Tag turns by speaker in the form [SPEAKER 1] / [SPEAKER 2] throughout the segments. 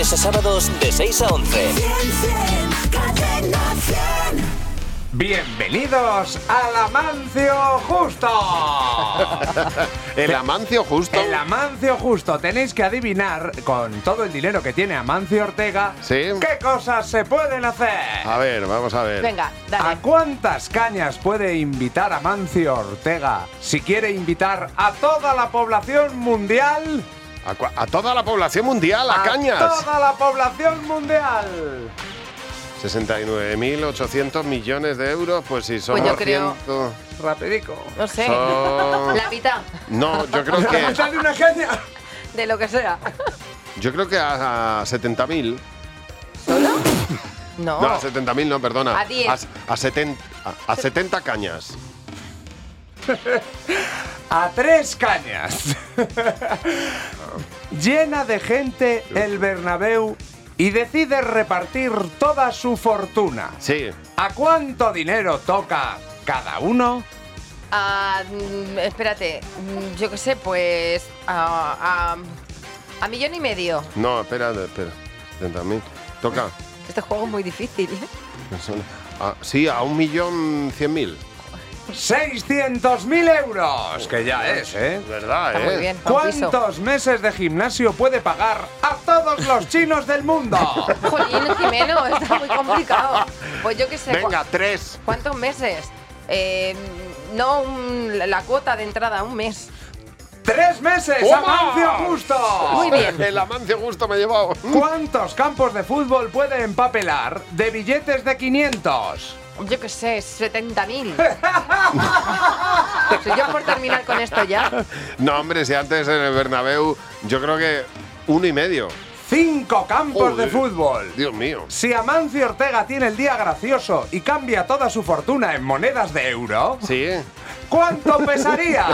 [SPEAKER 1] a sábados de 6 a 11.
[SPEAKER 2] Bienvenidos al Amancio Justo.
[SPEAKER 3] El Amancio justo.
[SPEAKER 2] El Amancio Justo. Tenéis que adivinar, con todo el dinero que tiene Amancio Ortega,
[SPEAKER 3] Sí. Ah.
[SPEAKER 2] qué cosas se pueden hacer.
[SPEAKER 3] A ver, vamos a ver.
[SPEAKER 4] Venga, dale.
[SPEAKER 3] Ah.
[SPEAKER 2] ¿A cuántas cañas puede invitar Amancio Ortega si quiere invitar a toda la población mundial?
[SPEAKER 3] A, cua- a toda la población mundial, a, cañas.
[SPEAKER 2] toda la población mundial.
[SPEAKER 3] 69.800 millones de euros, pues si son
[SPEAKER 4] Pues yo creo-
[SPEAKER 3] 200,
[SPEAKER 2] Rapidico.
[SPEAKER 4] No sé.
[SPEAKER 3] son-
[SPEAKER 4] La mitad
[SPEAKER 3] No, yo creo que
[SPEAKER 2] Dale una caña.
[SPEAKER 4] de lo que sea.
[SPEAKER 3] yo creo que a, a 70.000.
[SPEAKER 4] No.
[SPEAKER 3] No, a 70.000 no, perdona.
[SPEAKER 4] Oh. A 10.
[SPEAKER 3] A, a 70 a, a 70 cañas.
[SPEAKER 2] A tres cañas. Llena de gente el Bernabéu y decide repartir toda su fortuna.
[SPEAKER 3] Sí.
[SPEAKER 2] ¿A cuánto dinero toca cada uno?
[SPEAKER 4] Ah, mm, espérate, mm, yo qué sé, pues a, a, a millón y medio.
[SPEAKER 3] No, espera, espera. 70.000. Toca.
[SPEAKER 4] Este juego es muy difícil. ¿eh?
[SPEAKER 3] A- sí, a 1.100.000.
[SPEAKER 2] 600.000 euros, que ya es, ¿eh?
[SPEAKER 3] ¿Verdad,
[SPEAKER 4] Está
[SPEAKER 3] eh?
[SPEAKER 4] muy bien. pa' un piso.
[SPEAKER 2] ¿Cuántos meses de gimnasio puede pagar a todos los chinos del mundo?
[SPEAKER 4] Jolín, Jimeno, está muy complicado. Pues yo qué sé.
[SPEAKER 3] Venga,
[SPEAKER 4] ¿cu-
[SPEAKER 3] tres.
[SPEAKER 4] ¿Cuántos meses? Eh, no un- la- la cuota de entrada, un mes.
[SPEAKER 2] ¡Tres meses!
[SPEAKER 3] ¡Toma!
[SPEAKER 2] ¡Amancio Justo!
[SPEAKER 4] Muy bien.
[SPEAKER 3] El Amancio Gusto me ha llevado.
[SPEAKER 2] ¿Cuántos campos de fútbol puede empapelar de billetes de 500?
[SPEAKER 4] Yo qué sé, 70.000. Soy yo por terminar con esto ya.
[SPEAKER 3] No, hombre, si antes en el Bernabéu, yo creo que uno y medio.
[SPEAKER 2] ¡Cinco campos
[SPEAKER 3] Joder.
[SPEAKER 2] de fútbol!
[SPEAKER 3] Dios mío.
[SPEAKER 2] Si Amancio Ortega tiene el día gracioso y cambia toda su fortuna en monedas de euro,
[SPEAKER 3] Sí.
[SPEAKER 2] ¿cuánto pesaría?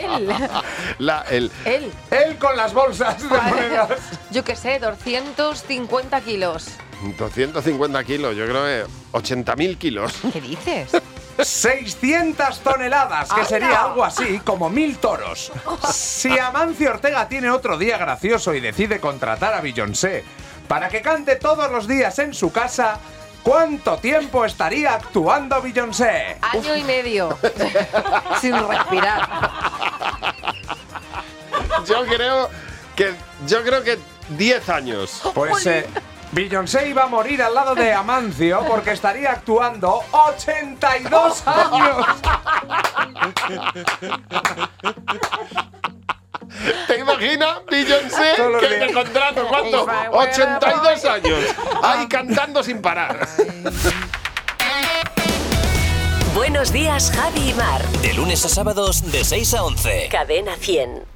[SPEAKER 4] Él.
[SPEAKER 3] La, el,
[SPEAKER 4] Él.
[SPEAKER 2] Él con las bolsas de monedas.
[SPEAKER 4] Yo qué sé, 250 kilos.
[SPEAKER 3] 250 kilos, yo creo que 80.000 kilos.
[SPEAKER 4] ¿Qué dices?
[SPEAKER 2] 600 toneladas, que
[SPEAKER 4] ¡Hala!
[SPEAKER 2] sería algo así como mil toros. Si Amancio Ortega tiene otro día gracioso y decide contratar a Beyoncé para que cante todos los días en su casa, ¿cuánto tiempo estaría actuando Beyoncé?
[SPEAKER 4] Año y medio. Sin respirar.
[SPEAKER 3] Yo creo que yo creo que 10 años.
[SPEAKER 2] Pues eh, Beyoncé iba a morir al lado de Amancio porque estaría actuando 82 años.
[SPEAKER 3] ¿Te imaginas, Beyoncé,
[SPEAKER 2] Todos los
[SPEAKER 3] que te
[SPEAKER 2] días.
[SPEAKER 3] contrato cuánto?
[SPEAKER 4] If I were Pues a
[SPEAKER 3] 82 años. Ahí cantando sin parar.
[SPEAKER 5] Buenos días, Javi y Mar.
[SPEAKER 1] De lunes a sábados de 6 a 11.
[SPEAKER 5] Cadena 100.